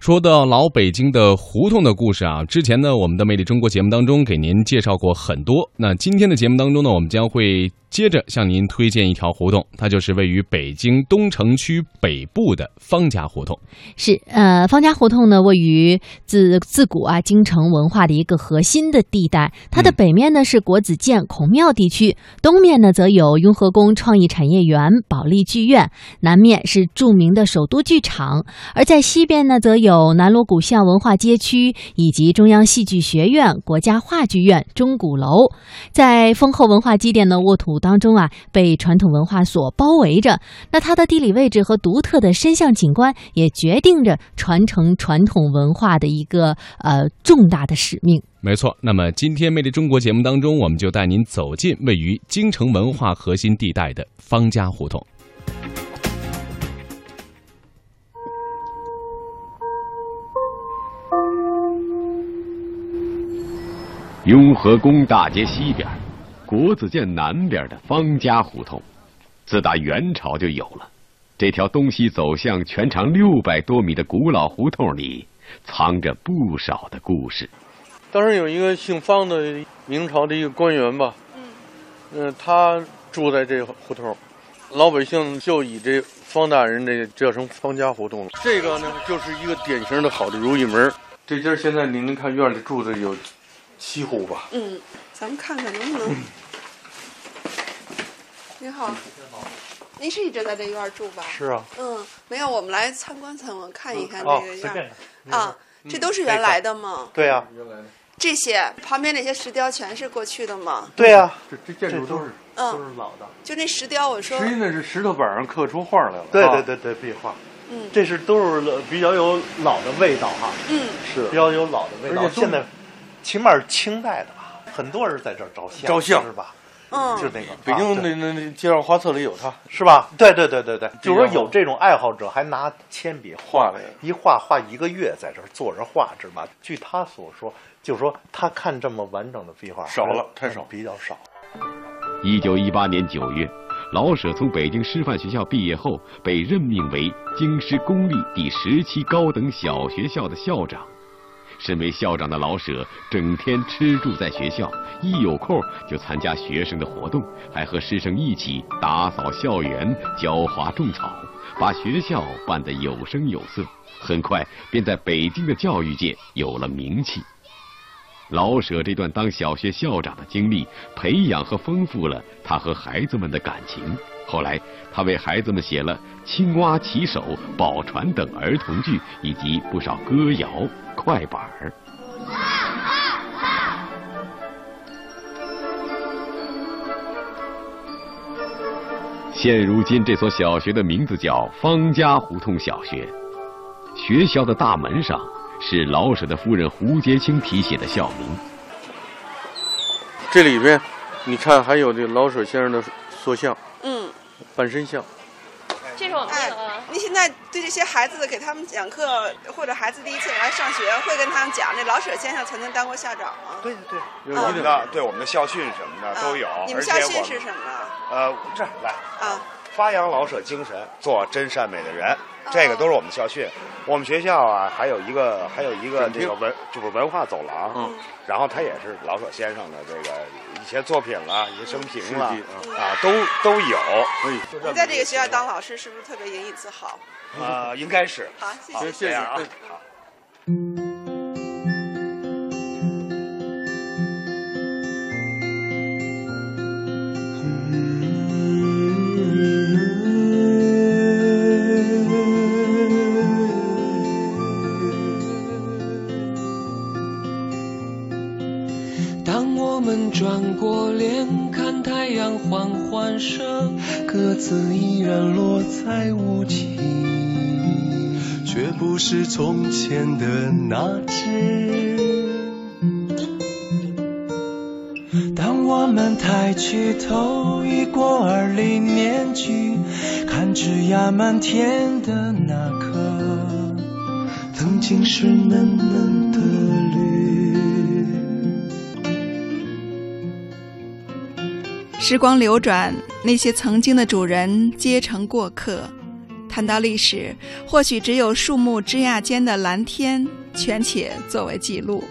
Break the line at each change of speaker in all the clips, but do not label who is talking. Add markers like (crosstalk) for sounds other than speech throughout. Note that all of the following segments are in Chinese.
说到老北京的胡同的故事啊，之前呢，我们的《魅力中国》节目当中给您介绍过很多。那今天的节目当中呢，我们将会接着向您推荐一条胡同，它就是位于北京东城区北部的方家胡同。
是，呃，方家胡同呢，位于自自古啊京城文化的一个核心的地带。它的
嗯
北面呢是国子监、孔庙地区，东面呢则有雍和宫创意产业园、保利剧院，南面是著名的首都剧场，而在西边呢则有南锣鼓巷文化街区以及中央戏剧学院、国家话剧院、钟鼓楼。在丰厚文化积淀的沃土当中啊，被传统文化所包围着，那它的地理位置和独特的深巷景观，也决定着传承传统文化的一个呃重大的使命。
没错，那么今天《魅力中国》节目当中，我们就带您走进位于京城文化核心地带的方家胡同。
雍和宫大街西边，国子监南边的方家胡同，自打元朝就有了。这条东西走向全长六百多米的古老胡同里，藏着不少的故事。
当时有一个姓方的明朝的一个官员吧，嗯，呃，他住在这胡同儿，老百姓就以这方大人这叫成方家胡同了。这个呢，就是一个典型的好的如意门儿。这家现在您能看院里住的有七户吧？
嗯，咱们看看能不能。您好，您是一直在这院儿住吧？
是啊，
嗯，没有，我们来参观参观，看一
嗯
看
哦
这个
随
院
便
儿、啊，这都是原来的吗？
对
啊
呀、
这些旁边那些石雕全是过去的吗？
对呀、
啊
这这建筑都是
嗯，
是老的，
就那石雕，我说
实，际那是石头板上刻出画来了。
对
啊
对对对，壁画，
嗯
这是都是比较有老的味道哈，
嗯，
啊
比较有老的味
而
道。
且都
现在起码是清代的吧，很多人在这儿照相，
照相
是吧？就是
嗯，
那个
北京
啊
那
对
那那介绍画册里有它
是吧？对对对对对，
这
就
样
是说有这种爱好者还拿铅笔
画的呀。
一画画一个月，在这儿坐着画，是吧？据他所说，就是说他看这么完整的壁画
少了
还
太
是
少
比较少。
一九一八年九月，老舍从北京师范学校毕业后，被任命为京师公立第十七高等小学校的校长。身为校长的老舍，整天吃住在学校，一有空就参加学生的活动，还和师生一起打扫校园、浇花种草，把学校办得有声有色。很快便在北京的教育界有了名气。老舍这段当小学校长的经历，培养和丰富了他和孩子们的感情。后来，他为孩子们写了《青蛙骑手》《宝船》等儿童剧，以及不少歌谣、快板儿。现如今，这所小学的名字叫方家胡同小学。学校的大门上是老舍的夫人胡洁清题写的校名。
这里边，你看还有这老舍先生的塑像、
嗯，
半身像。
这是我们那
哎
个吗？，
您现在对这些孩子的给他们讲课，或者孩子第一次来上学，会跟他们讲这老舍先生曾经当过校长吗？
对对对，
有
啊
一
我们
点
的对我们的校训什么的
啊
都有，
你
而
们
且
校
我
训
们
是什么呢？
呃，这儿来
啊，
发扬老舍精神，做真善美的人，
哦
这个都是我们的校训。我们学校啊，还有一个还有一个
展
这
厅
个文就是文化走廊，
嗯
然后它也是老舍先生的这个一些作品啦、一些生
事
平
迹
啦
啊，
嗯
啊都都有。
哎，
你在这个学校当老师是不是特别引以自豪？
啊，应该是
好，谢
好
谢。
这样啊
谢谢。
好
当我们转过脸，看太阳缓缓升，鸽子依然落在屋脊，却不是从前的那只。当我们抬起头，已过二零年纪，看枝桠满天的那颗，曾经是嫩嫩的绿。
时光流转，那些曾经的主人皆成过客，
谈到历史，或许只有树木枝桠间的蓝天，全且作为记录。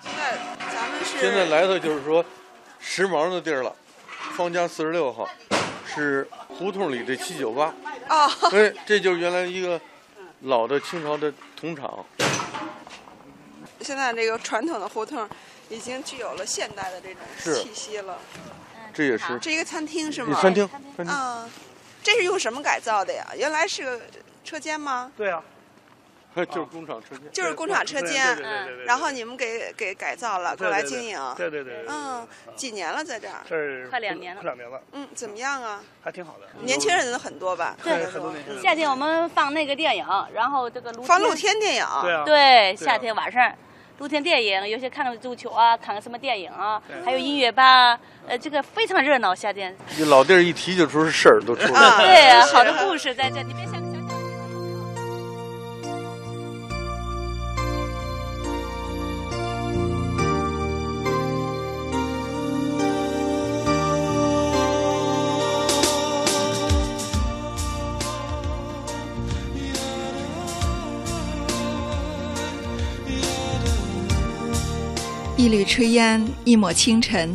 现在咱们是
现在来的就是说，时髦的地儿了，方家四十六号，是胡同里的七九八，
哦，
哎，这就是原来一个老的清朝的铜厂。
现在这个传统的胡同已经具有了现代的这种
是
气息了。
这也
啊
是
这一个餐厅是吗？
餐厅，餐厅
啊，这是用什么改造的呀？原来是个车间吗？
对啊，
(laughs) 就是工厂车间。
就是工厂车
对
间
对，对对
嗯
对。
然后你们给给改造了，过来经营。
对对对对。对
嗯，几年了在这儿？
这儿
快两年了
快两年了，
嗯，怎么样啊？
还挺好的。
年轻人很多吧？
对
很多年轻人。
夏天我们放那个电影，然后这个露
放露天电影，
对啊。
对，夏天晚上露天电影，有些看看足球啊，看看什么电影啊，还有音乐吧，呃，这个非常热闹。夏天，
这老地儿一提就出事儿都出来了。
啊
对
是，
好的故事在这，你别想想想。
一缕炊烟，一抹清晨，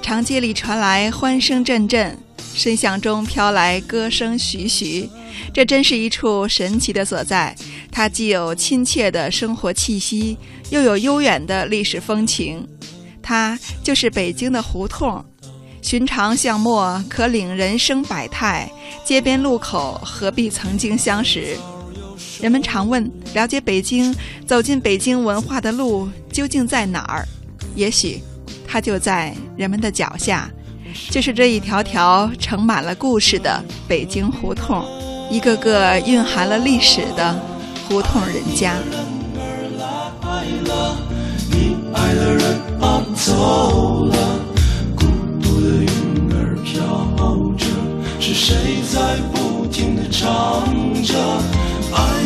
长街里传来欢声阵阵，深巷中飘来歌声徐徐。这真是一处神奇的所在，它既有亲切的生活气息，又有悠远的历史风情。它就是北京的胡同，寻常巷陌可领人生百态，街边路口何必曾经相识？人们常问，了解北京、走进北京文化的路究竟在哪儿？也许它就在人们的脚下，就是这一条条盛满了故事的北京胡同，一个个蕴含了历史的胡同人家。
你爱的人啊走了，孤独的云儿飘着，是谁在不停地唱着？爱
啊